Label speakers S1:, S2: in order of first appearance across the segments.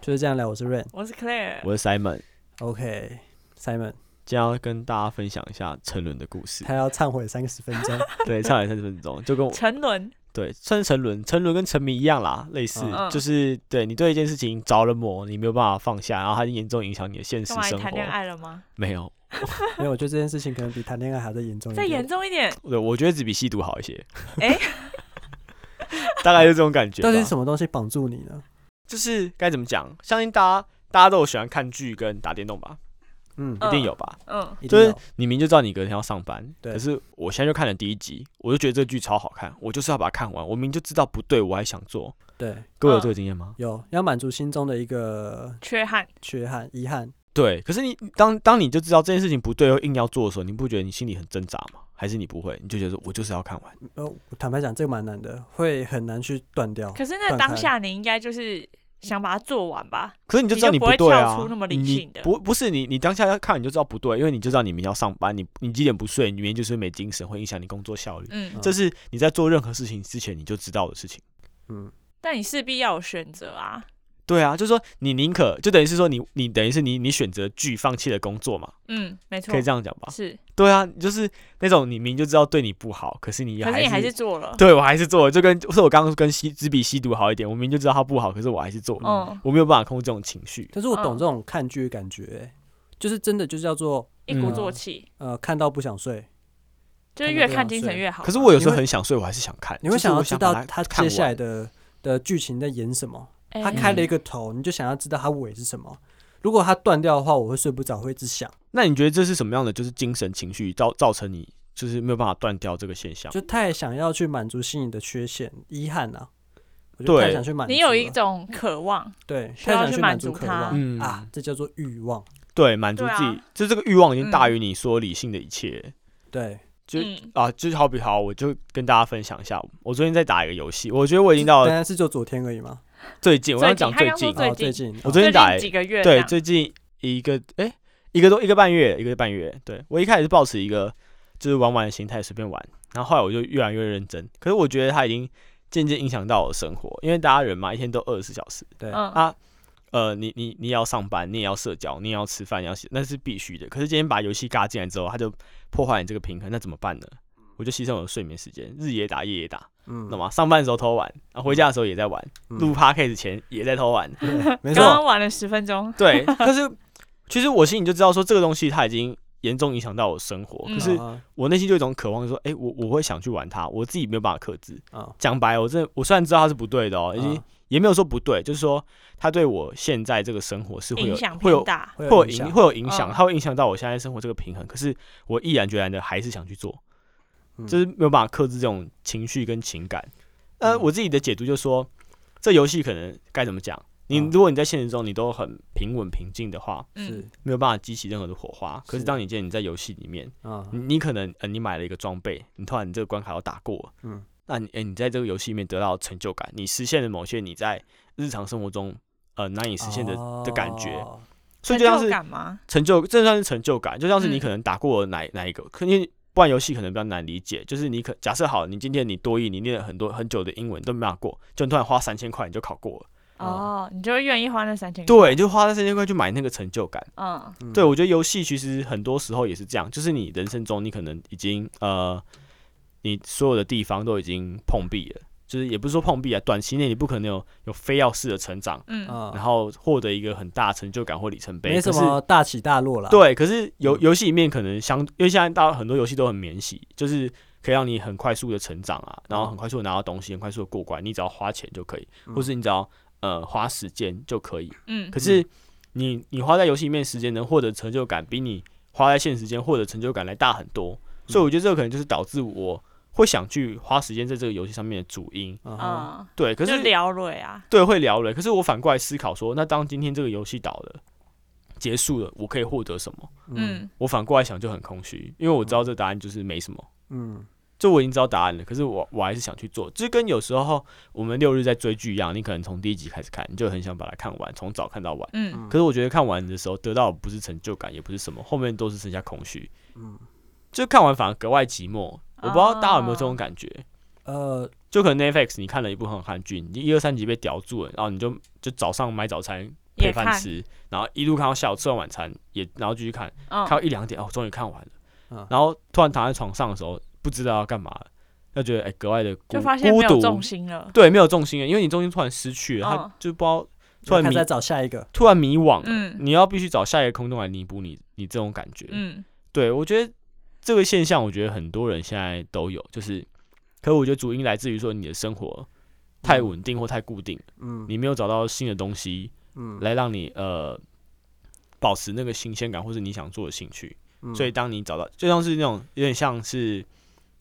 S1: 就是这样来，我是 Rain。
S2: 我是 Claire，
S3: 我是 Simon，
S1: OK，Simon，、
S3: 今天要跟大家分享一下沉沦的故事。
S1: 他要忏悔三十分 钟。
S3: 对，差点三十分钟，就跟我
S2: 沉沦，
S3: 对算是沉沦，沉沦跟沉迷一样啦，类似，
S1: 嗯
S3: 就是对你对一件事情着了魔，你没有办法放下，然后它严重影响你的现实
S2: 干嘛？你
S3: 生活
S2: 谈。恋爱了吗？
S3: 没有，
S1: 没有，我觉得这件事情可能比谈恋爱还在严
S3: 嗯
S1: 重一
S2: 再
S1: 点。
S2: 严重一点，
S3: 对，我觉得只比吸毒好 一些。
S2: 哎
S3: 大概就这种感觉吧。
S1: 到底是什么东西绑住你呢？
S3: 就是该怎么讲？相信大家大家都有喜欢看剧跟打电动吧，
S1: 嗯，
S3: 一
S2: 嗯
S3: 定有吧？
S2: 嗯，
S1: 一定
S3: 就是
S1: 要
S3: 你明就知道你隔天要上班，
S1: 对
S3: 可是我现在就看了第一集，我就觉得这剧超好看，我就是要把它看完。我明就知道不对，我还想做。
S1: 对，
S3: 各位有
S2: 嗯
S3: 这个经验吗？
S1: 有要满足心中的一个
S2: 缺憾，
S3: 哦
S1: 缺憾、遗憾。
S3: 对，可是你当当你就知道这件事情不对，又硬要做的时候，你不觉得你心里很挣扎吗？还是你不会？你就觉得我就是要看完。
S1: 呃，我坦白讲，这个蛮难的，会很难去断掉。
S2: 可是那
S1: 断
S2: 当
S1: 开
S2: 下你应该就是想把它做完吧？
S3: 可是你就知道
S2: 你就不
S3: 不
S2: 会
S3: 对啊，
S2: 跳出那么理性的
S3: 你不不是你你当下要看你就知道不对，因为你就知道你明天要上班，你你几点不睡，你明天就是会没精神，会影响你工作效率。
S2: 嗯，
S3: 这是你在做任何事情之前你就知道的事情。
S1: 嗯，
S2: 但你势必要有选择啊，
S3: 对啊，就是说你宁可就等于是说你你等于是你你选择剧放弃了工作嘛，
S2: 嗯，没错，
S3: 可以这样讲吧？
S2: 是，
S3: 对啊，就是那种你明就知道对你不好，可是你
S2: 可
S3: 还
S2: 是你还是做了，
S3: 对我还是做了，就跟是我刚刚跟吸只比吸毒好一点，我明就知道它不好，可是我还是做了，
S2: 嗯，
S3: 我没有办法控制这种情绪。
S1: 但是我懂
S2: 嗯
S1: 这种看剧的感觉、欸就是真的就是叫做
S2: 一鼓
S3: 嗯
S2: 作气，
S1: 呃，看到不想睡，
S2: 就是
S1: 看
S2: 越
S1: 到
S2: 看
S1: 不想
S2: 精神
S1: 睡
S2: 越好。
S3: 可是我有时
S1: 你会
S3: 候很想睡，我还是想看。
S1: 你会
S3: 就是
S1: 想要
S3: 我
S1: 知
S3: 把
S1: 道
S3: 它
S1: 他
S3: 看
S1: 接下来
S3: 完
S1: 的的剧情在演什么。
S2: 哎
S1: 他开了一个头，你就想要知道他尾是什么。如果他断掉的话，我会睡不着，会一直想。
S3: 那你觉得这是什么样的？就是精神情绪造造成你就是没有办法断掉这个现
S2: 嗯
S3: 象。
S1: 就太想要去满足心里的缺陷、遗憾啊。我就
S3: 对
S1: 太想去满足了。
S2: 你有一种渴望，
S1: 对，
S2: 需
S1: 太
S2: 要
S1: 想
S2: 去
S1: 满
S2: 满
S1: 足
S2: 足
S1: 渴
S2: 它
S1: 望、
S3: 嗯
S1: 啊，这叫做欲望。
S3: 对，满足
S2: 对啊
S3: 自己，就这个欲望已经大
S2: 嗯
S3: 于你所理性的一切。
S1: 对，
S3: 就
S2: 嗯，
S3: 啊，就是好比好，我就跟大家分享一下，我最近在打一个游戏，我觉得我已经到
S1: 当然是就昨天而已嘛。
S3: 最近，我要
S2: 最
S3: 讲
S2: 近
S3: 最
S2: 他刚
S3: 近
S2: 说，最
S1: 哦最
S2: 近
S1: 近，
S3: 我
S1: 哦
S3: 最近打
S2: 近啊几个月这
S3: 对，
S2: 样，
S3: 最近一个哎、一个多一个半月，一个半月。对我一开始是抱持一个就是玩玩的心态，随便玩，然后后来我就越来越认真。可是我觉得它已经渐渐影响到我的生活，因为大家人嘛，一天都二十四小时，
S1: 对，
S2: 嗯，
S3: 啊，呃，你你你也要上班，你也要社交，你也要吃饭，你要洗那是必须的。可是今天把游戏嘎进来之后，它就破坏你这个平衡，那怎么办呢？我就牺牲我的睡眠时间，日也打，夜也打，
S1: 嗯，
S3: 懂吗？上班的时候偷玩，啊，回家的时候也在玩，
S1: 嗯
S3: 录 podcast 前也在偷玩，
S1: 对没
S2: 刚
S1: 错，
S2: 刚玩了十分钟，
S3: 对。可是其实我心里就知道说，这个东西它已经严重影响到我生活，
S2: 嗯
S3: 可是
S1: 啊
S3: 我内心就有一种渴望说，哎、我我会想去玩它，我自己没有办法克制。
S1: 啊，
S3: 讲白了，我这我虽然知道它是不对的哦、已经
S1: 啊
S3: 也没有说不对，就是说它对我现在这个生活是会有
S2: 影响
S3: 会有
S2: 偏大，
S1: 会
S3: 会有
S1: 影响
S3: 影。会有影响，
S2: 嗯
S3: 它会影响到我现在生活这个平衡。可是我毅然决然的还是想去做，
S1: 嗯
S3: 就是没有办法克制这种情绪跟情感。呃，
S1: 嗯
S3: 我自己的解读就说，这游戏可能该怎么讲？你
S1: 嗯
S3: 如果你在现实中你都很平稳平静的话，
S2: 嗯
S1: 是
S3: 没有办法激起任何的火花。可是
S1: 是
S3: 当你今天你在游戏里面，
S2: 嗯
S1: 啊
S3: 你，你可能呃你买了一个装备，你突然你这个关卡要打过了，
S1: 嗯
S3: 那你哎、你在这个游戏里面得到成就感，你实现了某些你在日常生活中呃难以实现的，的感觉
S1: 哦
S3: 所
S2: 成
S3: 以就像
S2: 就是感吗？
S3: 成就，这算是成就感，就像是你
S2: 嗯
S3: 可能打过哪、哪一个，可因为不然游戏可能比较难理解，就是你可假设好，你今天你多译，你练了很多很久的英文都没办法过，就你突然花三千块你就考过了，
S2: 哦，你就会愿意花那三千，，
S3: 啊对，你就花那三千块去买那个成就感。
S2: 嗯，
S1: 嗯
S3: 对，我觉得游戏其实很多时候也是这样，就是你人生中你可能已经呃，你所有的地方都已经碰壁了，就是也不是说碰壁啊，短期内你不可能有有非要式的成长，
S2: 嗯，
S1: 啊，
S3: 然后获得一个很大的成就感或里程碑，
S1: 没什
S3: 可是
S1: 么啊大起大落了。
S3: 对，可是游
S1: 嗯
S3: 游戏里面可能相，因为现在大很多游戏都很免洗，就是可以让你很快速的成长啊，然后很快速的拿到东西，很快速的过关，你只要花钱就可以，
S1: 嗯
S3: 或是你只要呃花时间就可以。
S2: 嗯，
S3: 可是你你花在游戏里面时间能获得成就感，比你花在现实间获得成就感来大很多，
S1: 嗯
S3: 所以我觉得这个可能就是导致我会想去花时间在这个游戏上面的主因。
S1: 啊哈，
S2: 嗯，
S3: 对，可
S2: 就是聊啊了呀，
S3: 对，会聊了。可是我反过来思考说，那当今天这个游戏倒了，结束了，我可以获得什么？
S1: 嗯
S2: 嗯，
S3: 我反过来想就很空虚，因为我知道这答案就是没什么，
S1: 嗯
S3: 就我已经知道答案了，可是我我还是想去做，就跟有时候我们六日在追剧一样，你可能从第一集开始看，你就很想把它看完，从早看到晚。
S2: 嗯，
S3: 可是我觉得看完的时候得到的不是成就感，也不是什么，后面都是剩下空虚，
S1: 嗯，
S3: 就看完反而格外寂寞。我不知道大家有没有这
S2: 哦
S3: 种感觉，
S1: 呃，
S3: 就可能 Netflix 你看了一部很韩剧，你一二三集被叼住了，然后你就就早上买早餐
S2: 也
S3: 配饭
S2: 看
S3: 吃，然后一路看到下午吃完晚餐也，然后继续看，
S2: 嗯
S3: 看到一两点哦，终于看完了。
S1: 嗯
S3: 然后突然躺在床上的时候，不知道要干嘛了，就觉得哎、格外的孤
S2: 就发现
S3: 孤
S2: 没有
S3: 独，
S2: 重心了。
S3: 对，没有重心啊了，因为你重心突然失去
S2: 嗯
S3: 了，他就不知道突然
S1: 他
S3: 迷
S1: 再找下一个，
S3: 突然迷惘了，啊
S2: 嗯
S3: 你要必须找下一个空洞来弥补你你这种感觉。
S2: 嗯，
S3: 对我觉得这个现象，我觉得很多人现在都有，就是，可我觉得主因来自于说你的生活太
S1: 嗯
S3: 稳定或太固定，
S1: 嗯
S3: 你没有找到新的东西
S1: 嗯，
S3: 来让你呃保持那个新鲜感，或是你想做的兴趣。
S1: 嗯
S3: 所以当你找到，就像是那种有点像是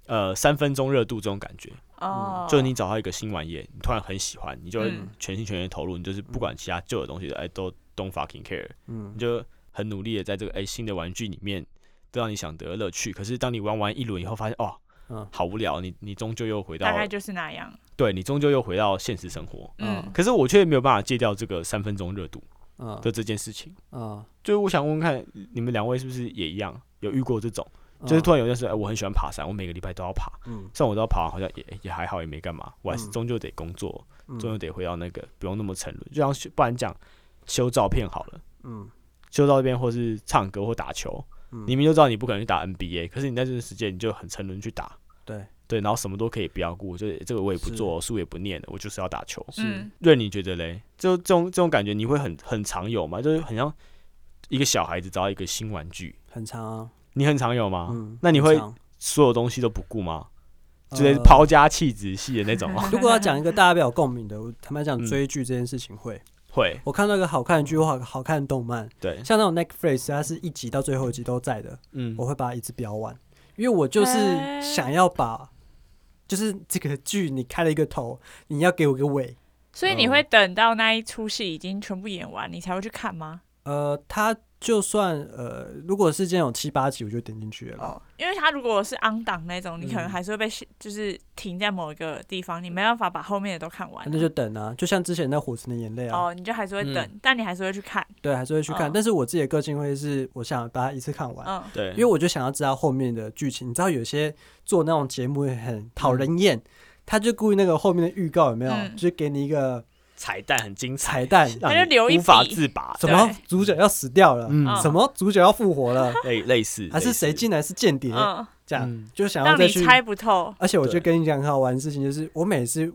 S3: 呃三分钟热度这种感觉，
S2: 哦，
S3: 嗯就是你找到一个新玩意，你突然很喜欢，你就会
S2: 嗯
S3: 全心全意地投入，你就是不管其他旧的东西，哎，都 don't fucking care，
S1: 嗯
S3: 你就很努力的在这个哎新的玩具里面得到你想得的乐趣。可是当你玩完一轮以后，发现哦
S1: 嗯，
S3: 好无聊，你你终究又回到
S2: 大概就是那样。
S3: 对你终究又回到现实生活。
S2: 嗯，
S3: 可是我却没有办法戒掉这个三分钟热度
S1: 嗯
S3: 的这件事情。
S1: 嗯，
S3: 就是我想问问看，你们两位是不是也一样有遇过这种？就是突然有一件事，哎，我很喜欢爬山，我每个礼拜都要爬，
S1: 嗯
S3: 虽然我都要爬，好像也也还好，也没干嘛，我还是
S1: 嗯
S3: 终究得工作，
S1: 嗯
S3: 终究得回到那个不用那么沉沦。就像修不然讲修照片好了，
S1: 嗯
S3: 修照片或是唱歌或打球，
S1: 嗯
S3: 你明明就知道你不可能去打 NBA，可是你在这段时间你就很沉沦去打，
S1: 对
S3: 对，然后什么都可以不要顾，就是这个我也不
S1: 是
S3: 做，书也不念了，我就是要打球。
S1: 是
S2: 嗯，
S3: 对，你觉得嘞？就这种这种感觉，你会很很常有吗？就是很像一个小孩子找到一个新玩具，
S1: 很长啊，
S3: 你很常有吗？
S1: 嗯，
S3: 那你
S1: 很
S3: 会啊
S1: 长
S3: 所有东西都不顾吗？就是
S1: 呃
S3: 抛家弃子系的那种 吗？
S1: 如果要讲一个大家比较有共鸣的，我坦白讲
S3: 嗯，
S1: 追剧这件事情会，
S3: 会，
S1: 我看到一个好看的剧或好好看的动漫，
S3: 对，
S1: 像那种 Netflix，它是一集到最后一集都在的，
S3: 嗯
S1: 我会把它一直标完，因为我就是想要把，就是这个剧你开了一个头，你要给我个尾。
S2: 所以你会等到那一出戏已经全部演完，你才会去看吗？
S1: 呃，它就算呃，如果是这种七八集，我就点进去了啦。
S2: 哦，因为他如果是 on 档那种，你可能
S1: 嗯
S2: 还是会被戏就是停在某一个地方，你没办法把后面的都看完啊。
S1: 那就等啊，就像之前那《火神的眼泪》啊，
S2: 哦，你就还是会等，但你还是会去看。
S1: 对，还是会去看。
S2: 嗯
S1: 但是我自己的个性会是，我想把它一次看完，
S2: 嗯，
S3: 对，
S1: 因为我就想要知道后面的剧情。你知道有些做那种节目也很讨人厌，他就故意那个后面的预告有没有，
S2: 嗯
S1: 就是给你一个
S3: 彩蛋很精
S1: 彩
S3: 彩，
S1: 蛋，
S3: 让
S2: 他就
S3: 你
S2: 留一
S3: 无法
S2: 笔
S3: 自拔，
S1: 什
S2: 啊对
S1: 么主角要死掉了，
S3: 嗯
S2: 嗯
S1: 什么主角要复活 了，
S3: 类类似，
S1: 还是
S3: 类似
S1: 谁进啊来是间谍，
S2: 嗯，
S1: 这样
S3: 嗯
S1: 就想要
S2: 让
S1: 再
S2: 你
S1: 去。
S2: 猜不透。
S1: 而且我就
S3: 对
S1: 跟你讲很好玩的事情，就是我每次，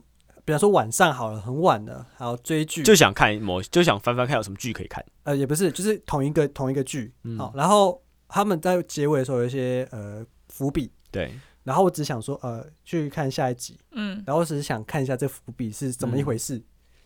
S1: 比方说晚上好了，很晚了，还要追剧，
S3: 就想看某，就想翻翻看有什么剧可以看，
S1: 呃也不是，就是同一个同一个剧，好、
S3: 嗯
S1: 然后他们在结尾的时候有一些呃伏笔，
S3: 对，
S1: 然后我只想说呃去看下一集，
S2: 嗯，
S1: 然后我只是想看一下这伏笔是怎么一回事，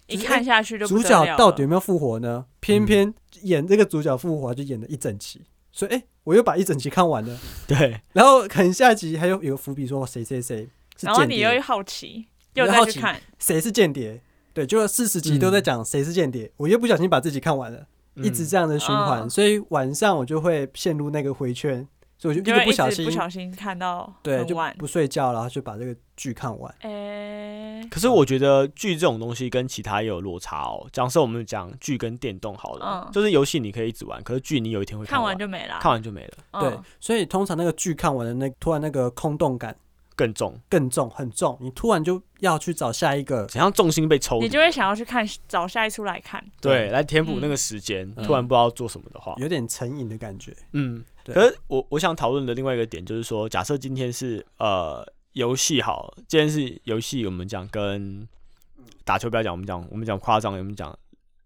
S2: 一
S1: 就是
S2: 看下去就不
S1: 主
S2: 得了
S1: 角到底
S2: 了
S1: 有没有复活呢？偏偏演这个主角复活就演了一整集，所以哎、我又把一整集看完了。
S3: 对，
S1: 然后可能下集还有有个伏笔说谁谁谁是
S2: 然后
S1: 间
S2: 你又
S1: 谍，
S2: 好奇，
S1: 又
S2: 又
S1: 好
S2: 再
S1: 奇
S2: 去看。
S1: 谁是间谍？对，就四十集都在讲谁是间谍，我又不小心把自己看完了， 一直这样的循环，
S2: 嗯
S1: 所以晚上我就会陷入那个回圈，所以我
S2: 你就
S1: 就一
S2: 会
S1: 个
S2: 一
S1: 小
S2: 直
S1: 心
S2: 不，小心看到
S1: 对，
S2: 很
S1: 就
S2: 晚。
S1: 不睡觉，然后就把这个剧看完。
S2: 诶，
S3: 可是我觉得剧这种东西跟其他也有落差哦。假设我们讲剧跟电动好了，
S2: 嗯
S3: 就是游戏你可以一直玩，可是剧你有一天会
S2: 看
S3: 完
S2: 完，就没了。
S3: 看完就没了，
S2: 嗯
S1: 对，所以通常那个剧看完的那突然那个空洞感
S3: 更重，
S1: 更重，很重，你突然就要去找下一个，
S3: 怎样重心被抽
S2: 你
S3: 离，
S2: 就会想要去看找下一出来看。
S3: 对，来填补
S2: 嗯
S3: 那个时间。
S1: 嗯
S3: 突然不知道做什么的话，
S1: 有点成瘾的感觉。
S3: 嗯，
S1: 对
S3: 可是我我想讨论的另外一个点就是说，假设今天是呃游戏好，今天是游戏，我们讲跟打球不要讲，我们讲我们讲夸张，我们讲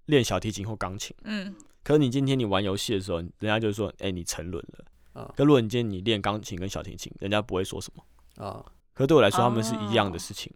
S3: 练小提琴或钢琴。
S2: 嗯，
S3: 可是你今天你玩游戏的时候，人家就说，哎、你沉沦了。
S1: 嗯
S3: 可如果你今天你练钢琴跟小提琴，人家不会说什么。
S1: 啊，
S3: 可对我来说，他们是一样的
S2: 哦
S3: 事情。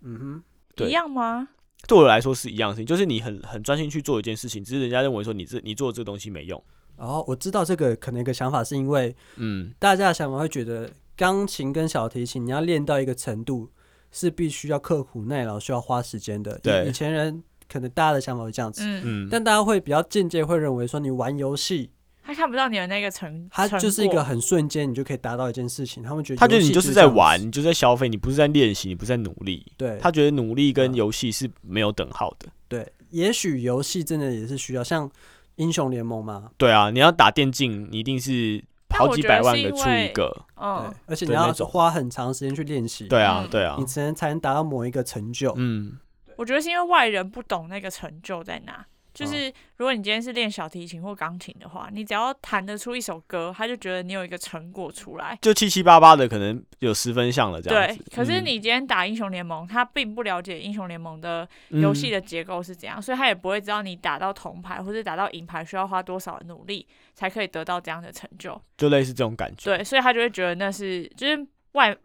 S1: 嗯哼，
S3: 对
S2: 一样吗？
S3: 对我来说是一样的事情，就是你很很专心去做一件事情，只是人家认为说你这你做这个东西没用。
S1: 然后我知道这个可能一个想法是因为
S3: 嗯，
S1: 大家的想法会觉得钢琴跟小提琴你要练到一个程度是必须要刻苦耐劳，需要花时间的。以
S3: 对
S1: 以前人可能大家的想法会这样子，
S2: 嗯，
S3: 嗯，
S1: 但大家会比较间接会认为说你玩游戏，
S2: 他看不到你的那个成，
S1: 它
S2: 成
S1: 就是一
S2: 果
S1: 个很瞬间你就可以达到一件事情，他们觉得
S3: 他觉
S1: 游
S3: 得你
S1: 戏
S3: 就
S1: 就是这
S3: 在
S1: 样子
S3: 玩，，你就是在消费，你不是在练习，你不是在努力。
S1: 对，
S3: 他觉得努力跟
S1: 嗯
S3: 游戏是没有等号的。
S1: 对，也许游戏真的也是需要像英雄联盟嘛，
S3: 对啊，你要打电竞，你一定是
S2: 但
S3: 好
S2: 我
S3: 几
S2: 觉
S3: 百
S2: 得
S3: 万
S2: 是
S3: 个
S2: 因
S3: 出一
S2: 为
S3: 个。
S2: 嗯
S1: 对，，而且你
S3: 对
S1: 要
S3: 那种
S1: 花很长时间去练习，
S3: 对啊
S2: 嗯，
S3: 对啊
S1: 你，才能才能达到某一个成就。
S3: 嗯，
S2: 我觉得是因为外人不懂那个成就在哪，就是如果你今天是练小提琴或钢琴的话，你只要弹得出一首歌，他就觉得你有一个成果出来。
S3: 就七七八八的，可能有十分像了这样
S2: 对
S3: 子。，
S2: 可是
S3: 嗯
S2: 你今天打英雄联盟，他并不了解英雄联盟的游戏、
S3: 嗯
S2: 的结构是怎样，所以他也不会知道你打到铜牌或者打到银牌需要花多少的努力才可以得到这样的成就。
S3: 嗯就类似这种感觉。
S2: 对，所以他就会觉得那是就是外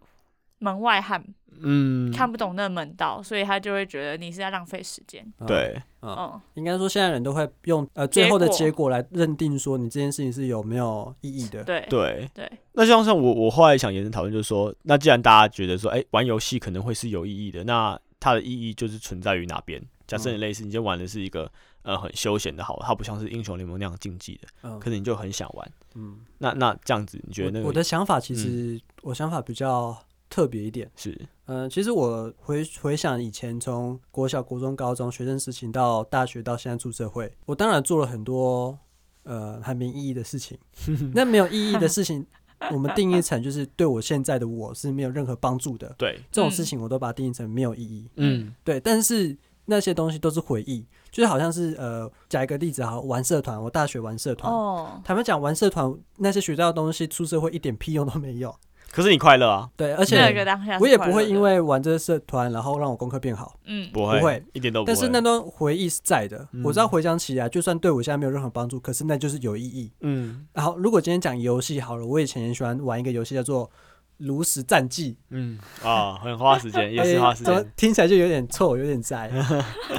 S2: 门外汉
S3: 嗯，
S2: 看不懂那门道，所以他就会觉得你是在浪费时间。
S1: 嗯，
S3: 对，
S1: 嗯
S2: 嗯，
S1: 应该说现在人都会用呃
S2: 结
S1: 最后的
S2: 果
S1: 结果来认定说你这件事情是有没有意义的。
S2: 对
S3: 对
S2: 对。
S3: 那像像我我后来想延伸讨论，就是说，那既然大家觉得说，哎、玩游戏可能会是有意义的，那它的意义就是存在于哪边？假设你类似，你今天玩的是一个呃很休闲的，好了，它不像是英雄联盟那样竞技的，
S1: 嗯
S3: 可是你就很想玩。
S1: 嗯，
S3: 那那这样子，你觉得那
S1: 我我
S3: 个嗯
S1: 的想法其实、我想法比较特别一点。
S3: 是
S1: 嗯、其实我回回想以前从国小、国中、高中学生时期到大学到现在出社会，我当然做了很多呃很没意义的事情。那没有意义的事情，我们定义成就是对我现在的我是没有任何帮助的。
S3: 对，
S1: 这种
S2: 嗯
S1: 事情我都把它定义成没有意义。
S3: 嗯
S1: 对，但是那些东西都是回忆，就是好像是呃，讲一个例子哈，玩社团，我大学玩社团，
S2: 哦，
S1: 坦白讲，玩社团那些学到的东西，出社会一点屁用都没有。
S3: 可是你快乐啊？
S1: 对，而
S2: 那
S1: 且
S2: 个当下是
S1: 我也
S2: 快
S1: 不会
S2: 乐
S1: 因
S2: 的
S1: 为玩这个社团，然后让我功课变好。
S2: 嗯
S3: 不会，
S1: 不会
S3: 一点哦都不会。
S1: 但是那段回忆是在的，
S3: 嗯
S1: 我知道回想起来，就算对我现在没有任何帮助，可是那就是有意义。
S3: 嗯
S1: 然后，如果今天讲游戏好了，我以前很喜欢玩一个游戏叫做《炉石战记》，
S3: 嗯啊，很花时间，也
S1: 哎
S3: 是花时
S1: 怎么
S3: 间。
S1: 听起来就有点臭，有点 宅，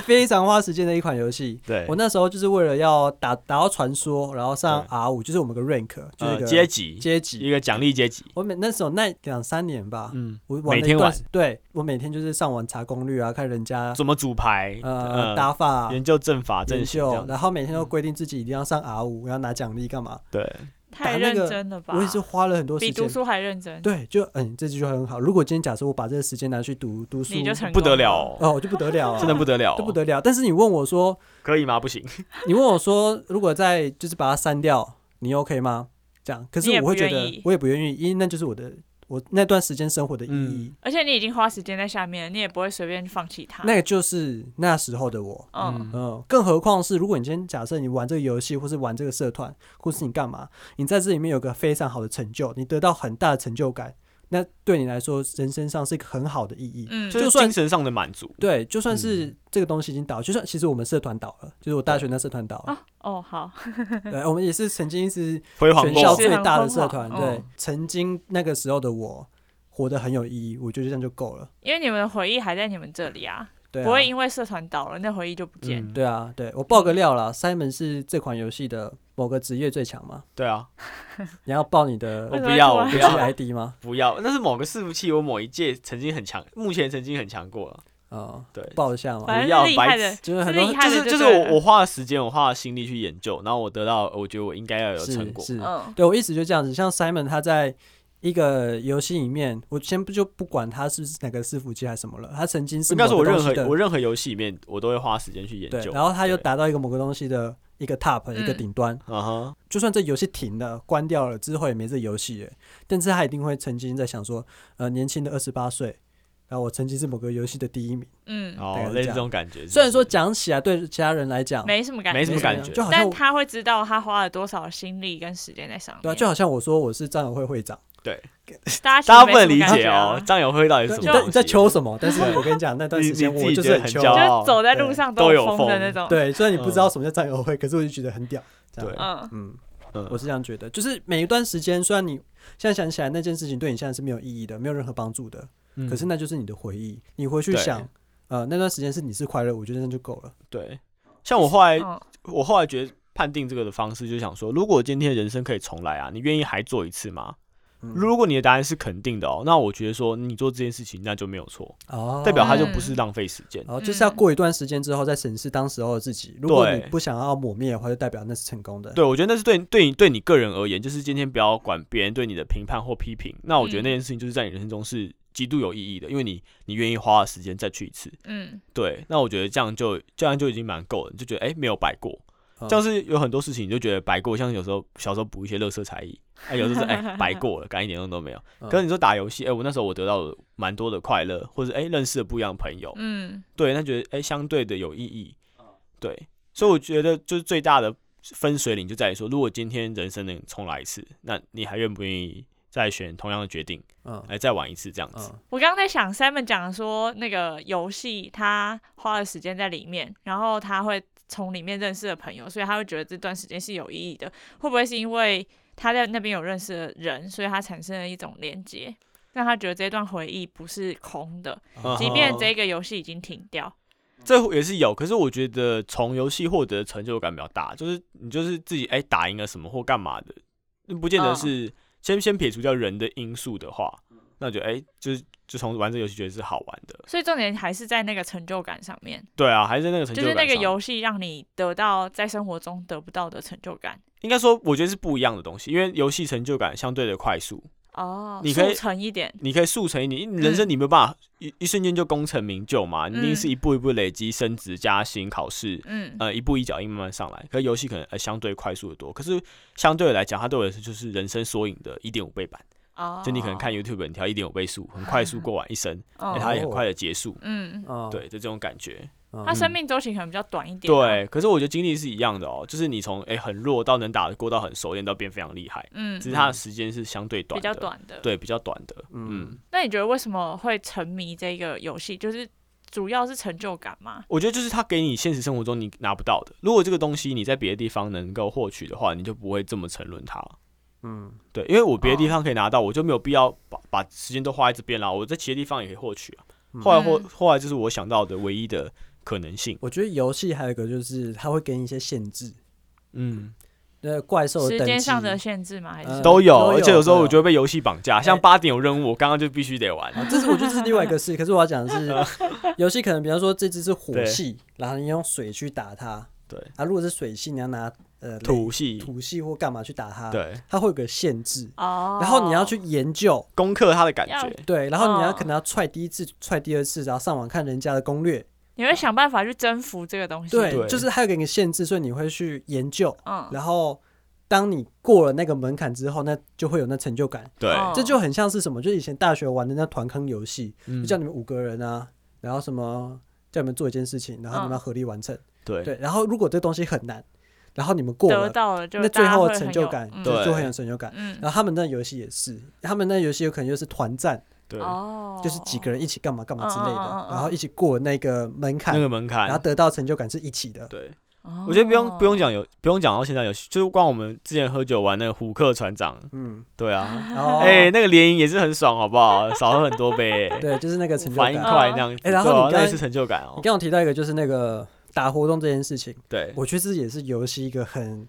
S1: 非常花时间的一款游戏。
S3: 对
S1: 我，那时候就是为了要打打到传说，然后上
S3: 对
S1: R 五，就是我们有个 rank，就是一
S3: 呃，
S1: 个
S3: 阶级，
S1: 阶
S3: 一
S1: 级。
S3: 个奖励阶级。
S1: 我每那时候那两三年吧，
S3: 嗯，
S1: 我玩
S3: 每
S1: 了
S3: 天
S1: 一段
S3: 玩，
S1: 对我每天就是上网查攻略啊，看人家
S3: 怎么组牌？
S1: 呃打法、
S3: 研究阵法、阵
S1: 研
S3: 型这
S1: 究，
S3: 样子。嗯
S1: 然后每天都规定自己一定要上 R 五，要拿奖励干嘛？
S3: 对，
S1: 打
S2: 太
S1: 那
S2: 认
S1: 个
S2: 真了吧？
S1: 我也是花了很多时
S2: 比读
S1: 间。
S2: 书还认真，
S1: 对，就嗯，这句话很好。如果今天假设我把这个时间拿去读读书
S2: 你，就成
S3: 不得
S2: 功嗯
S3: 了哦，
S1: 哦，我就不得了啊，
S3: 真的不得了哦，
S1: 都不得了。但是你问我说，
S3: 可以吗？不行，
S1: 你问我说，如果再就是把它删掉，你 OK 吗？这样，可是
S2: 你也
S1: 我会
S2: 不
S1: 觉
S2: 愿
S1: 得
S2: 意
S1: 我也不愿意，因为那就是我的我那段时间生活的意
S3: 嗯
S1: 义，
S2: 而且你已经花时间在下面了，你也不会随便放弃它。
S1: 那个就是那时候的我。
S2: 嗯，
S1: 嗯，更何况是如果你今天假设你玩这个游戏，或是玩这个社团，或是你干嘛，你在这里面有个非常好的成就，你得到很大的成就感，那对你来说人生上是一个很好的意义。
S2: 嗯，
S3: 就是
S1: 算
S3: 精神上的满足。
S1: 对，就算是这个东西已经倒了，就算其实我们社团倒了，就是我大学那社团倒了，
S2: 啊，哦，好，
S1: 对，我们也是曾经是
S3: 辉煌
S1: 全校
S3: 过
S1: 最大的社团，
S2: 是很
S1: 对
S2: 疯，
S1: 曾经那个时候的我活得很有意义，我觉得这样就够了。
S2: 因为你们的回忆还在你们这里啊，
S1: 对、啊，
S2: 不会因为社团倒了，那回忆就不见。
S3: 嗯
S1: 对啊，对我爆个料啦 s i m o n 是这款游戏的某个职业最强嘛？
S3: 对啊，
S1: 你要爆你的
S2: 为
S3: 我
S2: 什
S1: 游
S2: 么
S3: 不要，
S2: 突
S3: 我
S2: 然
S3: 不
S1: 戏
S3: 要，
S1: ID 吗？
S3: 不要，那是某个伺服器，我某一届曾经很强，目前曾经很强过了。
S1: 啊、
S3: 对，
S1: 爆一下嘛，
S2: 反
S3: 要
S2: 正是厉
S3: 白
S2: 害的，
S1: 就是
S2: 是
S1: 很
S2: 厉
S1: 多
S2: 害
S3: 就
S2: 的就
S3: 是就是
S2: 对
S3: 我
S2: 了
S3: 我花了时间，我花了心力去研究，然后我得到，我觉得我应该要有成
S1: 是
S3: 果。
S1: 是，
S2: 嗯，
S1: 对我一直就这样子。像 Simon 他在一个游戏里面，我先不就不管他是哪个伺服器还是什么了，他曾经是
S3: 应该
S1: 某
S3: 说，我
S1: 个
S3: 任
S1: 东西
S3: 何
S1: 的
S3: 我任何游戏里面，我都会花时间去研
S1: 对，
S3: 究。
S1: 然后他又
S3: 对，
S1: 达到一个某个东西的一个 top 一个
S2: 嗯
S1: 顶端，
S3: 嗯哼，
S1: 就算这游戏停了、关掉了之后也没这游戏了，但是他一定会曾经在想说，呃，年轻的二十八岁，然后我曾经是某个游戏的第一名。
S2: 嗯，
S1: 大概
S3: 哦，
S1: 是
S3: 类
S1: 这
S3: 似这
S1: 样
S3: 种感觉。
S1: 虽然说讲起来对其他人来讲
S2: 没什么感觉，
S3: 没什么感觉
S1: 就好像
S2: 但
S1: 我
S2: 他会知道他花了多少心力跟时间在上面。
S1: 对啊，就好像我说我是战友会会长，
S2: 大
S3: 大家
S2: 家其
S3: 不
S2: 实
S3: 能
S2: 没
S3: 理
S2: 什么
S3: 解哦
S2: 感，觉啊
S3: 张友辉到底
S1: 啊对
S3: 是
S1: 你
S3: 什么
S1: 在
S3: 东西？
S1: 你在求什么？但是我跟你讲，那段时间
S3: 你你
S1: 我
S3: 自
S1: 就是
S3: 己觉得
S1: 很
S3: 很
S1: 求
S3: 骄傲
S1: 傲。
S2: 啊，就走在
S3: 哦
S2: 路上
S3: 都有
S2: 有风的
S3: 风
S2: 那种。，
S1: 对，虽然你不知道什么叫战友会， 可是我就觉得很屌。这样
S3: 对
S2: 嗯，
S1: 嗯，
S3: 嗯
S1: 我是这样觉得，就是每一段时间，虽然你现在想起来那件事情对你现在是没有意义的，没有任何帮助的，
S3: 嗯
S1: 可是那就是你的回忆，你回去
S3: 对
S1: 想，呃，那段时间是你是快乐，我觉得那就够了。
S3: 对，像我后来
S2: 嗯，
S3: 我后来觉得判定这个的方式，就想说，如果今天人生可以重来啊，你愿意还做一次吗？
S1: 嗯
S3: 如果你的答案是肯定的哦，那我觉得说你做这件事情那就没有错，
S1: 哦
S3: 代表它就
S2: 嗯
S3: 不是浪费时间。
S1: 哦，就是要过一段时间之后再审视当时候的自己。如果你不想要抹灭的话，就代表那是成功的。
S3: 嗯对，我觉得那是对对你对你个人而言，就是今天不要管别人对你的评判或批评。那我觉得
S2: 嗯
S3: 那件事情就是在你人生中是极度有意义的，因为你你愿意花时间再去一次。
S2: 嗯，
S3: 对，那我觉得这样就这样就已经蛮够了，你就觉得哎、没有白过。
S1: 嗯
S3: 像是有很多事情你就觉得白过，像有时候小时候补一些乐色才艺，哎、有时候是哎、白过了，感觉一点用都没有。
S1: 嗯
S3: 可是你说打游戏，哎、我那时候我得到了蛮多的快乐，或者哎、认识了不一样的朋友，
S2: 嗯，
S1: 嗯
S3: 对，那觉得哎、相对的有意义，对，所以我觉得就是最大的分水岭就在于说，如果今天人生能重来一次，那你还愿不愿意再选同样的决定
S1: 嗯
S3: 来再玩一次这样子？
S1: 嗯，
S2: 我刚刚在想，Simon 讲说那个游戏他花了时间在里面，然后他会从里面认识的朋友，所以他会觉得这段时间是有意义的。会不会是因为他在那边有认识的人，所以他产生了一种连接，让他觉得这段回忆不是空的，
S3: 嗯
S2: 即便这个游戏已经停掉。
S3: 这也是有，可是我觉得从游戏获得的成就感比较大，就是你就是自己哎、打赢了什么或干嘛的，那不见得
S2: 嗯
S3: 是先先撇除掉人的因素的话，那就哎、就是就从玩这游戏觉得是好玩的，
S2: 所以重点还是在那个成就感上面，
S3: 对啊，还是那个成就
S2: 就
S3: 感
S2: 是
S3: 上。
S2: 那个游戏让你得到在生活中得不到的成就感。
S3: 应该说我觉得是不一样的东西，因为游戏成就感相对的快速，
S2: 哦，
S3: 你可
S2: 速
S3: 以
S2: 成一点，
S3: 你可以速成一点，
S2: 嗯
S3: 人生你没有办法一一瞬间就功成名就嘛，你一定是一步一步累积升职、加薪、考试，
S2: 嗯，
S3: 呃，一步一脚印慢慢上来。可是游戏可能呃相对快速的多，可是相对来讲，它对我来说就是人生缩影的一点五倍版，
S2: 哦，
S3: 就你可能看 YouTube，你调一点五倍速，很 快速过完一生，
S2: 哦，
S3: 哎它也很快的结束，
S2: 嗯，
S1: 嗯，
S3: 对，就这种感觉。
S1: 嗯，
S2: 他生命周期可能比较短一点、啊。，
S3: 哦对，可是我觉得经历是一样的哦，就是你从哎很弱到能打得过，到很熟练到变非常厉害，
S2: 嗯，
S3: 只是它的时间是相对短
S2: 比
S3: 的，
S2: 较，短的。，
S3: 对，比较短的，嗯
S1: 嗯。
S2: 那你觉得为什么会沉迷这个游戏？就是主要是成就感吗？
S3: 我觉得就是它给你现实生活中你拿不到的。如果这个东西你在别的地方能够获取的话，你就不会这么沉沦它。
S1: 嗯
S3: 对，因为我别的地方可以拿到，我就没有必要把把时间都花在这边啦。我在其他地方也可以获取啊。
S1: 嗯
S3: 后来后
S2: 嗯
S3: 后来就是我想到的唯一的可能性。
S1: 我觉得游戏还有一个就是它会给你一些限制，
S3: 嗯，
S1: 那怪兽
S2: 时
S1: 等
S2: 间
S1: 级
S2: 上的限制吗？还是、
S1: 呃
S3: 都有，
S1: 都有
S3: 而且有时候
S1: 都有
S3: 我就会被游戏绑架，像
S1: 哎
S3: 八点有任务，我刚刚就必须得玩。
S1: 啊，这是我觉得这是另外一个事。可是我要讲的 是，游戏可能比方说这只是火
S3: 对
S1: 系，然后你用水去打它，
S3: 对
S1: 啊，如果是水系，你要拿呃
S3: 土系
S1: 雷，土系或干嘛去打它，，
S3: 对，
S1: 它会有个限制，
S2: 哦，
S1: 然后你要去研究，
S3: 攻克它的感
S2: 要
S3: 觉。
S1: 对，然后你要
S2: 嗯
S1: 可能要踹第一次，踹第二次，然后上网看人家的攻略，
S2: 你会想办法去征服这个东西。
S1: 对，
S3: 对
S1: 就是它有给你限制，所以你会去研究，
S2: 嗯，
S1: 然后。当你过了那个门槛之后，那就会有那成就感，
S3: 对，
S2: 哦
S1: 这就很像是什么？就以前大学玩的那团坑游戏，
S3: 嗯
S1: 就叫你们五个人啊，然后什么叫你们做一件事情，然后你们要合力完成。
S3: 对
S1: 对，然后如果这东西很难，然后你们过
S2: 得
S1: 了，
S2: 到了就
S1: 那
S2: 大
S1: 最
S2: 家
S1: 后
S2: 会
S1: 的成
S2: 很
S1: 就
S2: 有
S1: 感
S2: 嗯
S1: 就
S3: 对
S1: 就很有成就感。
S2: 嗯，
S1: 然后他们那游戏也是，他们那游戏有可能就是团战，
S3: 对，
S2: 哦，
S1: 就是几个人一起干嘛干嘛之类
S2: 嗯嗯嗯
S1: 的
S2: 嗯，嗯
S1: 然后一起过那个门槛
S3: 那，个门
S1: 然后
S3: 槛。
S1: 得到成就感是一起的。
S3: 对，
S2: 哦，
S3: 我觉得不用不用讲游，不用讲到现在游戏，就是光我们之前喝酒玩那个虎克船长，
S1: 嗯，
S3: 对
S2: 哦
S3: 啊，
S1: 然后
S3: 哎、那个联营也是很爽，好不好？少喝很多杯、欸，
S1: 对，就是那个成就
S3: 反应
S1: 感。
S3: 快那样子，
S1: 哎然后
S3: 对啊
S1: 你刚
S3: 那
S1: 才
S3: 也是成就感
S1: 你
S3: 哦。
S1: 刚刚提到一个就是那个打活动这件事情，
S3: 对
S1: 我觉得这也是游戏一个很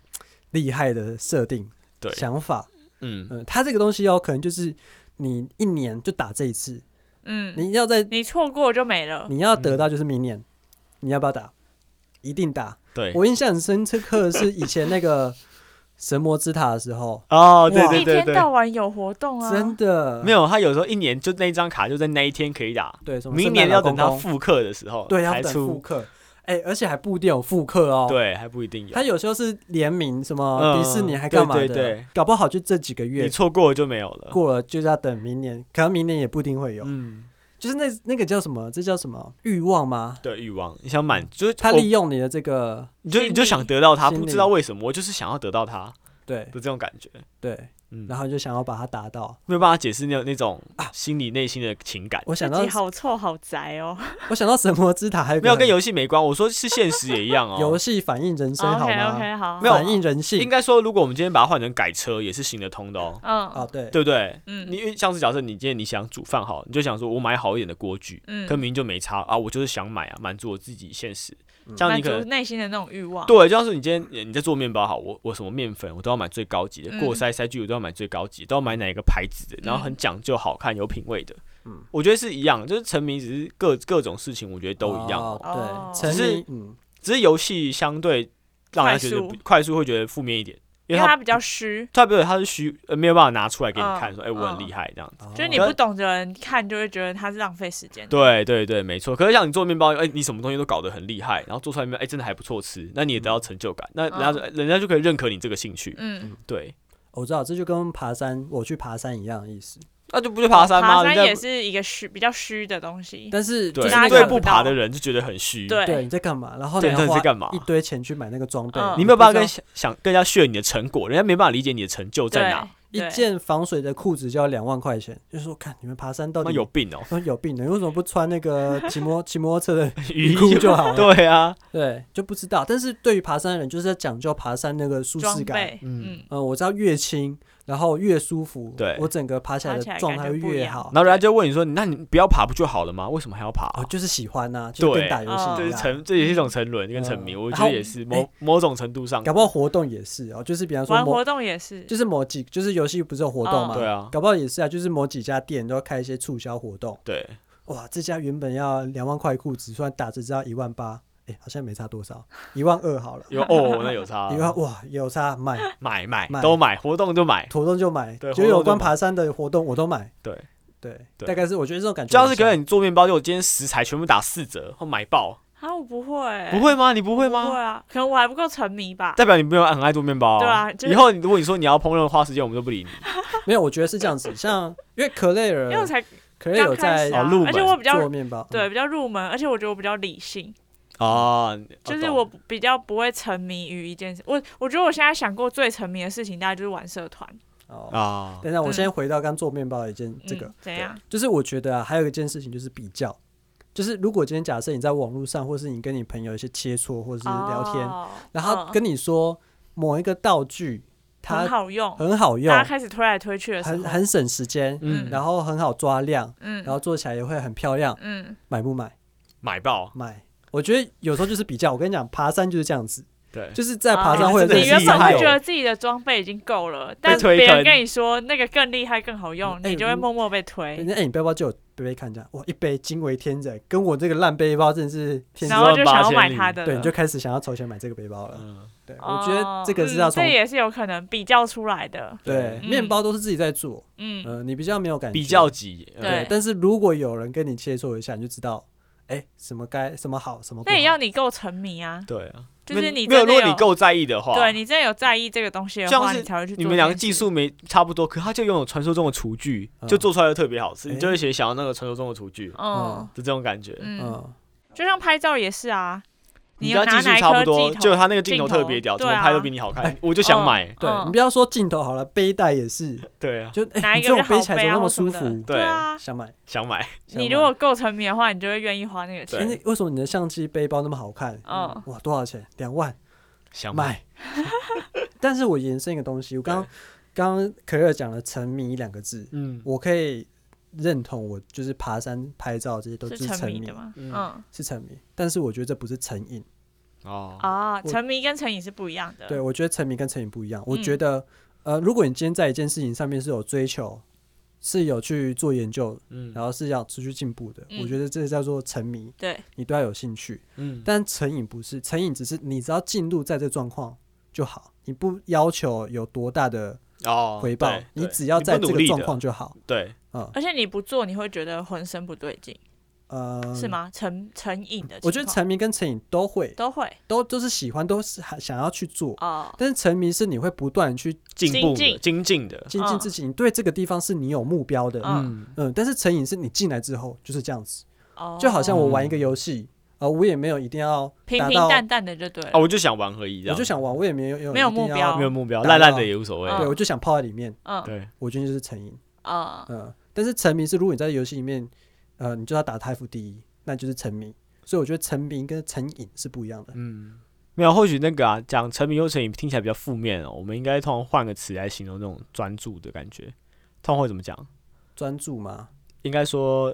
S1: 厉害的设定
S3: 对，
S1: 想法。
S3: 嗯，
S1: 嗯，它这个东西哦，可能就是你一年就打这一次，
S2: 嗯，你
S1: 你要在
S2: 你错过就没
S3: 啊
S2: 了。
S1: 你要得
S3: 嗯
S1: 到就是明年，你要不要打？一定打。
S3: 对。
S1: 我印象很深刻的是以前那个 神魔之塔的时候，
S3: 哦，对
S1: 哇
S3: 对
S2: 一
S3: 对
S2: 天
S3: 对，
S2: 到晚有活动啊，
S1: 真的
S3: 没有，他有时候一年就那一张卡就在那一天可以打，
S1: 对，什么
S3: 明
S1: 圣诞
S3: 年要
S1: 老
S3: 等
S1: 公
S3: 他
S1: 公
S3: 复刻的时候
S1: 对要
S3: 才
S1: 等复
S3: 出，
S1: 刻，哎、而且还不一定有复刻哦。，
S3: 对，还不一定有
S1: 它。有时候是联名什么
S3: 嗯
S1: 迪士尼还干嘛的，
S3: 对对对
S1: 搞不好就这几个
S3: 你
S1: 月
S3: 错过了就没有了。
S1: 过了就是要等明年，可能明年也不一定会有。
S3: 嗯，
S1: 就是那那个叫什么？这叫什么欲望吗？
S3: 对，欲望，你想满，就是
S1: 嗯他
S3: 我
S1: 利用你的这个
S3: 你就
S2: 心
S3: 你就
S2: 理
S3: 想得到他，
S1: 心
S3: 不知
S1: 理
S3: 道为什么，我就是想要得到他
S1: 对
S3: 的这种感觉。
S1: 对，
S3: 嗯，
S1: 然后就想要把它达到。
S3: 没有办法解释那那种啊心理内心的情感。
S1: 我想
S2: 自
S1: 到
S2: 己好臭好宅哦。
S1: 我想到神魔之塔还有
S3: 没有跟
S1: 游
S3: 游戏没关，我说是现实也一样哦。
S1: 游戏反映人生好
S2: 哦 OK
S1: 吗？
S2: OK 好，
S3: 没有
S1: 反映人
S3: 应
S1: 性
S3: 该说，如果我们今天把它换成改车，也是行得通的哦，
S2: 嗯
S1: 啊，对，
S3: 对不对？
S2: 嗯
S3: 你因为像是假设你今天你想煮饭好，你就想说我买好一点的锅具，
S2: 嗯
S3: 可明明就没差啊，我就是想买啊，满足我自己现实。
S1: 嗯
S3: 像
S2: 满
S3: 你可
S2: 足
S3: 能
S2: 内心的那种欲望。
S3: 对，就像是你今天你在做面包好，我我什么面粉我都要买最高级的，
S2: 嗯
S3: 过筛筛具我都要买最高级，都要买哪个牌子的，然后很讲究、好看、有品味的。
S1: 嗯
S3: 我觉得是一样，就是沉迷只是各各种事情，我觉得都一样哦。
S1: 哦对，
S3: 只
S1: 沉
S3: 是
S1: 迷嗯，
S3: 只是游戏相对让人觉得
S2: 快速
S3: 不快速会觉得负面一点，
S2: 因
S3: 因为
S2: 为
S3: 它
S2: 它比较虚，
S3: 特别它是虚呃没有办法拿出来给你看，
S2: 嗯
S3: 说哎、我很
S2: 嗯
S3: 厉害这样子。
S2: 就是你
S1: 哦
S2: 不懂的人看就会觉得它是浪费时间的。
S3: 对对对，没错。可是像你做面包，哎、你什么东西都搞得很厉害，然后做出来面包，哎、真的还不错吃，那你也得到成就感，那人家就、人家就可以认可你这个兴趣。
S2: 嗯嗯
S3: 对，
S1: 我知道，这就跟爬山我去爬山一样的意思。
S3: 那就不就爬山吗？
S2: 哦爬
S3: 人
S2: 山
S3: 家
S2: 也是一个虚比较虚的东西，
S1: 但是
S3: 对
S1: 就是
S2: 大家
S1: 那
S3: 对
S2: 看
S1: 个
S3: 不
S2: 不
S3: 爬
S2: 到
S3: 的人就觉得很虚，
S2: 对
S1: 对你在干嘛？然后你
S3: 对
S1: 要
S3: 到底在
S1: 花
S3: 干嘛
S1: 一堆钱去买那个装备
S2: 嗯，
S3: 你没有办
S1: 不知
S3: 法跟
S1: 道
S3: 想想跟人家炫你的成果，人家没办法理解你的成就在
S2: 对
S3: 哪，
S1: 一
S2: 对
S1: 件防水的裤子就要两万块钱，就说看你们爬山到
S3: 那
S1: 底
S3: 有病 哦，
S1: 说有病的，你为什么不穿那 个骑摩骑摩托车的
S3: 鱼
S1: 裤就好了？
S3: 对啊，
S1: 对，就不知道。但是对于爬山的人，就是要讲究爬山那个舒
S2: 装
S1: 适感。
S2: 备，
S3: 嗯
S2: 嗯，
S1: 嗯，我知道越轻，然后越舒服，
S3: 对
S1: 我整个爬起来
S2: 爬
S1: 的
S2: 起来
S1: 状态
S2: 感
S1: 会
S2: 觉不一
S1: 越
S2: 样
S1: 好。
S3: 然后人家就问你说，那你不要爬不就好了吗？为什么还要爬？
S1: 哦，就是喜欢呐、就
S3: 对啊
S1: 跟打游
S2: 嗯
S1: 戏
S3: 这
S1: 一
S3: 是
S1: 样。
S3: 沉，这也是一种沉沦跟沉迷，
S1: 嗯
S3: 我觉
S1: 然
S3: 得
S1: 后
S3: 也是某某种程度上，
S1: 搞不好活动也是哦，就是比方说
S2: 玩
S1: 某
S2: 活嗯动也是，
S1: 就是某几就是游戏不是有活动嘛，
S3: 对啊，
S1: 搞不好也是啊，就是某几家店都要开一些促销活动。
S3: 对，
S1: 哇，这家原本要两万块裤子，突然打折只要一万八，哎，好像没差多少，一万二好了。
S3: 有哦，那有差
S1: 一，万哇， 有差买，
S3: 买买
S1: 买
S3: 都买，活动就买，
S1: 活动就买，
S3: 对
S1: 就
S3: 活动
S1: 有
S3: 就
S1: 关
S3: 买
S1: 爬山的活动我都买。
S3: 对
S1: 对，
S3: 对
S1: 大概是我觉得这种感觉
S3: 就
S1: 很
S3: 要
S1: 像。
S3: 是给你做面包，就我今天食材全部打四折，或买爆，
S2: 啊，我不会，
S3: 不会吗？你不会
S2: 不会
S3: 吗？
S2: 啊，可能我还不够沉迷吧。
S3: 代表你没有很爱做面包哦，
S2: 对啊就是
S3: 以后你如果你说你要烹饪花时间，我们都不理你。
S1: 没有，我觉得是这样子，像因为可雷
S2: 因为我
S1: 尔，
S2: 才
S1: 可雷
S2: 刚
S1: 尔
S2: 开
S1: 在
S2: 始、
S3: 哦
S2: 啊
S3: 入，
S2: 而且我比较
S1: 做面包，嗯
S2: 对比较入门，而且我觉得我比较理性，
S3: 哦，
S2: 就是我比较不会沉迷于一件事。我我觉得我现在想过最沉迷的事情，大概就是玩社团。
S1: 嗯哦。
S3: 啊，
S1: 等一下，我
S2: 嗯
S1: 先回到刚做面包的一件这个
S2: 嗯，、怎样？
S1: 就是我觉得啊，还有一件事情就是比较，就是如果今天假设你在网络上，或是你跟你朋友一些切磋或是聊天，
S2: 哦
S1: 然后他
S2: 嗯
S1: 跟你说某一个道具它
S2: 很好用，
S1: 很好用
S2: 大家，开始推来推去的时
S1: 很
S2: 候，
S1: 很省时间，
S3: 嗯，
S1: 然后很好抓量，
S2: 嗯，
S1: 然后做起来也会很漂亮，
S2: 嗯，
S1: 买不买？
S3: 买爆，
S1: 买。我觉得有时候就是比较，我跟你讲，爬山就是这样子，
S3: 对，
S1: 就是在爬山会
S3: 哦
S1: 有
S3: 真
S1: 认
S3: 的
S2: 你
S1: 识
S3: 是
S2: 原
S1: 朋
S2: 本
S3: 厉害
S2: 会
S1: 友
S2: 觉得自己的装备已经够了，但
S3: 推
S2: 别人
S3: 坑
S2: 跟你说那个更厉害、更好用，
S1: 哎
S2: 你就会
S1: 嗯
S2: 默默被
S1: 人
S2: 推，
S1: 家哎，你背包就有背背看这样，哇，一杯惊为天人，跟我这个烂背包真的是天之
S3: 知
S2: 然
S3: 道
S2: 后就想要
S3: 8000
S2: 买
S3: 里
S2: 他的了。
S1: 对，你就开始想要筹钱买这个背包了。
S3: 嗯，
S1: 对，我
S2: 哦
S1: 觉得这个是要
S2: 嗯
S1: 从
S2: 这也是有可能比较出来的。
S1: 对
S3: 对
S2: 嗯
S1: 面包都是自己在做，
S2: 嗯，
S1: 呃，你比较没有感觉，
S3: 比较急，嗯
S1: 对
S2: 对。
S1: 但是如果有人跟你切磋一下，你就知道，哎，什么该什么好，什么不
S2: 那也
S1: 好
S2: 要。你够沉迷啊，
S3: 对啊，
S2: 就是你
S3: 没
S2: 真
S3: 有，如
S2: 的
S3: 果
S2: 有
S3: 你够在意的话，
S2: 对你真的有在意这个东西的
S3: 像
S2: 话，
S3: 是
S2: 你才会去做。
S3: 你们两个技，术没差不多，可他就拥有传说中的厨具，
S1: 嗯
S3: 就做出来就特别好吃，
S1: 哎
S3: 你就会想想要那个传说中的厨具的
S2: 嗯
S3: 这种感觉。
S2: 嗯，
S1: 嗯，
S2: 就像拍照也是啊，
S3: 你
S2: 你
S3: 只要
S2: 要
S3: 技
S2: 拿
S3: 术
S2: 哪一
S3: 差不
S2: 颗
S3: 多，
S2: 镜
S3: 就
S2: 头，
S3: 他那个镜
S2: 镜头
S3: 头特别屌，怎
S2: 对
S3: 么拍都
S2: 啊
S3: 比你好看，哎我就想买。
S1: 对
S2: 嗯
S1: 你不要说镜头好了，背带也是，
S3: 对啊，
S1: 就哎，
S2: 拿
S1: 你
S2: 一
S1: 这
S2: 个
S1: 种
S2: 比较
S1: 背
S2: 好
S1: 起来怎么
S2: 背啊
S1: 那么
S2: 或什
S1: 舒
S2: 么的
S1: 服？
S3: 对
S2: 对啊，
S1: 想买，
S3: 想买，
S1: 想
S2: 你
S1: 买
S2: 如果够沉迷的话，你就会愿意花那个
S1: 哎
S2: 钱。
S1: 那为什么你的相机背包那么好看？
S2: 嗯
S1: 哇，多少钱？两万，
S3: 想买，
S1: 买。 但是我延伸一个东西，我刚刚刚可乐讲了“沉迷”两个字，
S3: 嗯，
S1: 我可以认同，我就是爬山、拍照这些都
S2: 是
S1: 沉
S2: 沉迷
S1: 迷哦
S2: 的吗？
S3: 嗯
S2: 嗯
S1: 是沉迷，但是我觉得这不是成瘾。
S3: 哦，
S2: 啊，
S1: 我
S2: 沉迷跟成瘾是不一样的。
S1: 对，我觉得沉迷跟成瘾不一样。我
S2: 嗯
S1: 觉得，呃，如果你今天在一件事情上面是有追求，是有去做研究，
S3: 嗯
S1: 然后是要持续进步的，我
S2: 嗯
S1: 觉得这叫做沉迷，
S2: 对
S1: 你对它有兴趣。
S3: 嗯，
S1: 但成瘾不是，成瘾只是你只要进入在这状况就好，你不要求有多大的
S3: 哦，
S1: 回报
S3: 对，
S1: 你
S3: 对
S1: 只要
S3: 不
S1: 在这
S3: 努
S1: 个
S3: 力
S1: 状
S3: 的
S1: 况就好。
S3: 对，
S1: 嗯，
S2: 而且你不做，你会觉得浑身不对劲，
S1: 呃，
S2: 是？吗？成成瘾的情况，
S1: 我觉得沉迷跟成瘾都会，
S2: 都会
S1: 都都是喜欢，都是还想要去做。
S2: 哦，
S1: 但是沉迷是你会不断地去
S3: 进
S2: 精
S3: 步的，
S2: 进
S3: 精进的，
S1: 精进自己，你对这个地方是你有目标的。
S2: 嗯
S3: 嗯，
S1: 嗯，但是成瘾是你进来之后就是这样子，
S2: 哦，
S1: 就好像我玩一
S3: 哦
S1: 个游戏，啊、我也没有一定要
S2: 平
S1: 达
S2: 平
S1: 到，哦
S2: 淡淡的就对了
S3: 啊，。我就想玩而已，
S1: 我
S3: 这样
S1: 就想玩，我也没有有
S2: 没有
S1: 一定
S2: 目
S1: 要
S2: 标
S3: 没有目标，
S1: 达
S3: 烂烂
S1: 到
S3: 的也无所谓，
S1: 对，
S2: 嗯
S1: 我就想泡在里面，
S2: 嗯
S3: 对，
S1: 我觉得就是成瘾。
S2: 啊，
S1: 嗯，但是沉迷是，如果你在游戏里面，呃，你就要打 TF 第一，那就是沉迷。所以我觉得沉迷跟成瘾是不一样的。
S3: 嗯，没有，或许那个啊，讲沉迷又成瘾听起来比较负面哦，我们应该通常换个词来形容那种专注的感觉，通常会怎么讲？
S1: 专注嘛，
S3: 应该说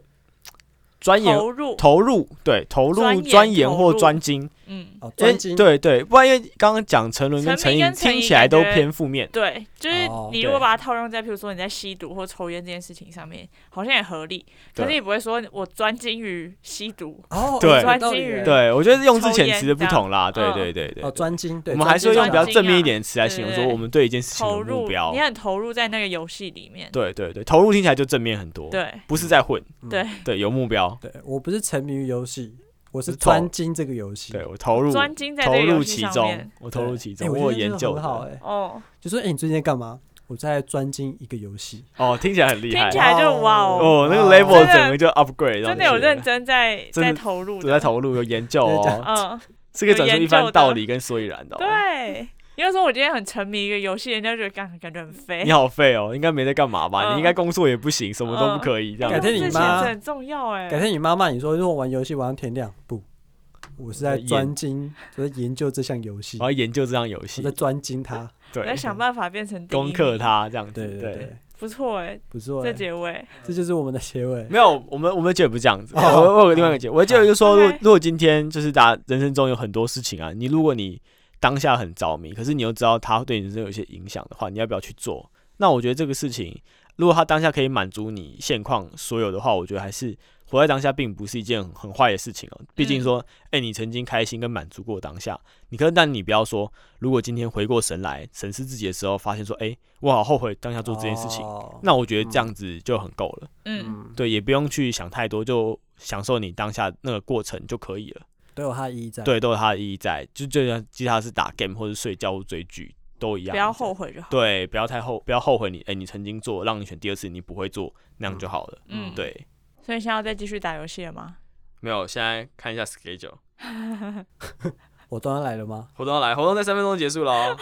S3: 钻研
S2: 投入，
S3: 投入，对，投入
S2: 钻研
S3: 钻研
S2: 投
S3: 或
S2: 入
S3: 专精，
S2: 嗯，
S1: 哦，
S3: 因为
S1: 专精。
S3: 对对，不然因为刚刚讲沉沦跟
S2: 沉
S3: 成
S2: 迷
S3: 瘾
S2: 跟成
S3: 听
S2: 瘾
S3: 起来
S2: 感
S3: 都
S2: 觉
S3: 偏负面，
S2: 对，就是
S1: 哦
S2: 你
S3: 对
S2: 如果把它套用在，譬如说你在吸毒或抽烟这件事情上面，好像也合理，可是
S3: 对
S2: 你不会说我专精于吸毒，
S1: 哦，
S3: 对
S1: 有道理耶
S2: 专精于
S3: 对我觉得用字
S2: 抽
S3: 遣
S2: 烟
S3: 词的
S2: 这
S3: 不
S2: 样
S3: 同啦，对
S2: 嗯
S3: 对对对，
S1: 哦，专精。对，
S3: 我们还是会
S1: 专精
S3: 用比较
S1: 是
S2: 专
S3: 正面一
S2: 精啊
S3: 点的词来形容
S2: 对
S3: 说
S2: 对
S3: 我们对一件事情
S2: 投
S3: 的目
S2: 入，
S3: 标
S2: 你，很投入在那个游戏里面，
S3: 对对对，投入听起来就正面很多，
S2: 对
S3: 不是在混，
S1: 嗯
S2: 对
S3: 对，有目标，
S1: 对我不是沉迷于游戏，我是
S3: 是投
S1: 专精这个游戏。
S3: 对我投入
S2: 专精在
S3: 投
S2: 这个
S3: 入
S2: 游戏
S3: 其
S2: 上
S3: 中
S2: 面，，
S3: 我
S1: 对，
S3: 投入其
S1: 哎
S3: 中，
S1: 我
S3: 我有
S1: 觉得
S3: 研
S1: 这
S3: 究
S1: 很好
S3: 的，
S1: 哎，
S2: 哦，
S1: 就说哎，你最近在干嘛？我在专精一个游戏。
S3: 哦，听起来很厉害
S2: 听起来就哇哦，
S3: 哦，那个
S1: 哦
S3: level
S2: 真的
S3: 整个就 upgrade，
S2: 真的有认
S3: 真，
S2: 真在
S3: 真
S2: 在
S3: 的
S2: 投入
S3: 有在
S2: 的，
S3: 投入，有研究
S1: 真的假
S3: 哦，
S2: 嗯，
S3: 这个
S2: 有
S3: 讲出
S2: 研
S3: 一
S2: 究
S3: 番
S2: 的
S3: 道理跟所以然的。，哦
S2: 对。因为说我今天很沉迷一个游戏，人家觉得感感觉很废
S3: 你。好废哦，应该没在干嘛吧？
S2: 嗯
S3: 你应该工作也不行，什么都
S2: 嗯
S3: 不可以这
S1: 改
S3: 样
S1: 天
S3: 子。
S1: 你
S2: 这
S1: 妈
S2: 很重要哎、
S1: 改天你妈骂你说，如果玩游戏玩到天亮，不，我是在
S3: 在研
S1: 专精，我在研究这项游戏
S3: 我，要研究这项游戏
S1: 我在，专精它。
S2: 我在
S3: 对，
S2: 想办法变成第一
S3: 攻克它这样
S1: 对
S3: 子。
S1: 对对，
S2: 不错哎、
S1: 不错欸，
S2: 这结尾
S1: 这就是我们的结尾。
S3: 没有，我们我们姐不这样子。
S1: 哦
S3: 我我有另外一个姐，我的姐就说，如果
S2: OK
S3: 如果今天就是大家人生中有很多事情啊，你如果你当下很着迷，可是你又知道它对你人生有一些影响的话，你要不要去做？那我觉得这个事情，如果它当下可以满足你现况所有的话，我觉得还是活在当下，并不是一件很很坏的事情哦。毕竟说，哎、你曾经开心跟满足过当下，你可但你不要说，如果今天回过神来审视自己的时候，发现说，哎、我好后悔当下做这件事情，
S1: 哦
S3: 那我觉得这样子就很够了。
S2: 嗯，
S3: 对，也不用去想太多，就享受你当下那个过程就可以了。
S1: 都有它的意义在。，
S3: 对，都有它的意义在，就就像即使它是打 game 或者睡觉或追剧都一样。
S2: 不要后。悔就好。
S3: 对，不要太后，不要后悔你，哎、你曾经做，让你选第二次你不会做，那样就好了。
S2: 嗯，。
S3: 对，
S2: 所以现在要再继续打游戏了吗？
S3: 没有，现在看一下 schedule，
S1: 我端来了吗
S3: 活动要来，活动在三分钟结束了哦。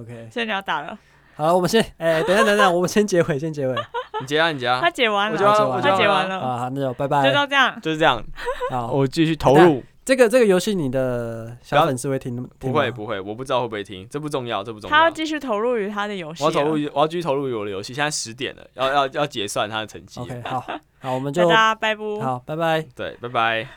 S1: ？OK，
S2: 所以你要打了，
S1: 好了，我们先，哎，等一下等一下，我们先结尾，先结 尾。
S3: 你结啊，你结啊
S2: 他解完
S3: 我
S2: 了，
S3: 就要
S1: 我就
S2: 他
S1: 要
S2: 解
S3: 了哎
S2: 完了，
S1: 啊，好那就拜
S2: 就
S1: 拜。
S2: 到这样。
S3: 就是这样，
S1: 好，
S3: 我继续投
S1: 等
S3: 入。
S1: 这个这个游戏你的
S3: 不
S1: 小
S3: 要
S1: 粉丝会听吗？
S3: 不会
S1: 听吗
S3: 不会，我不知道会不会听，这不重要，这不重
S2: 他要
S3: 要。
S2: 继啊续投入于他的游戏
S3: 我要
S2: 了。
S3: 投入，我要继续投入于我的游戏。现在十点了，要要要结算他的成绩了。
S1: OK，好，好，我们
S2: 大
S1: 就
S2: 家拜拜。
S1: 好，拜拜。
S3: 对，拜拜。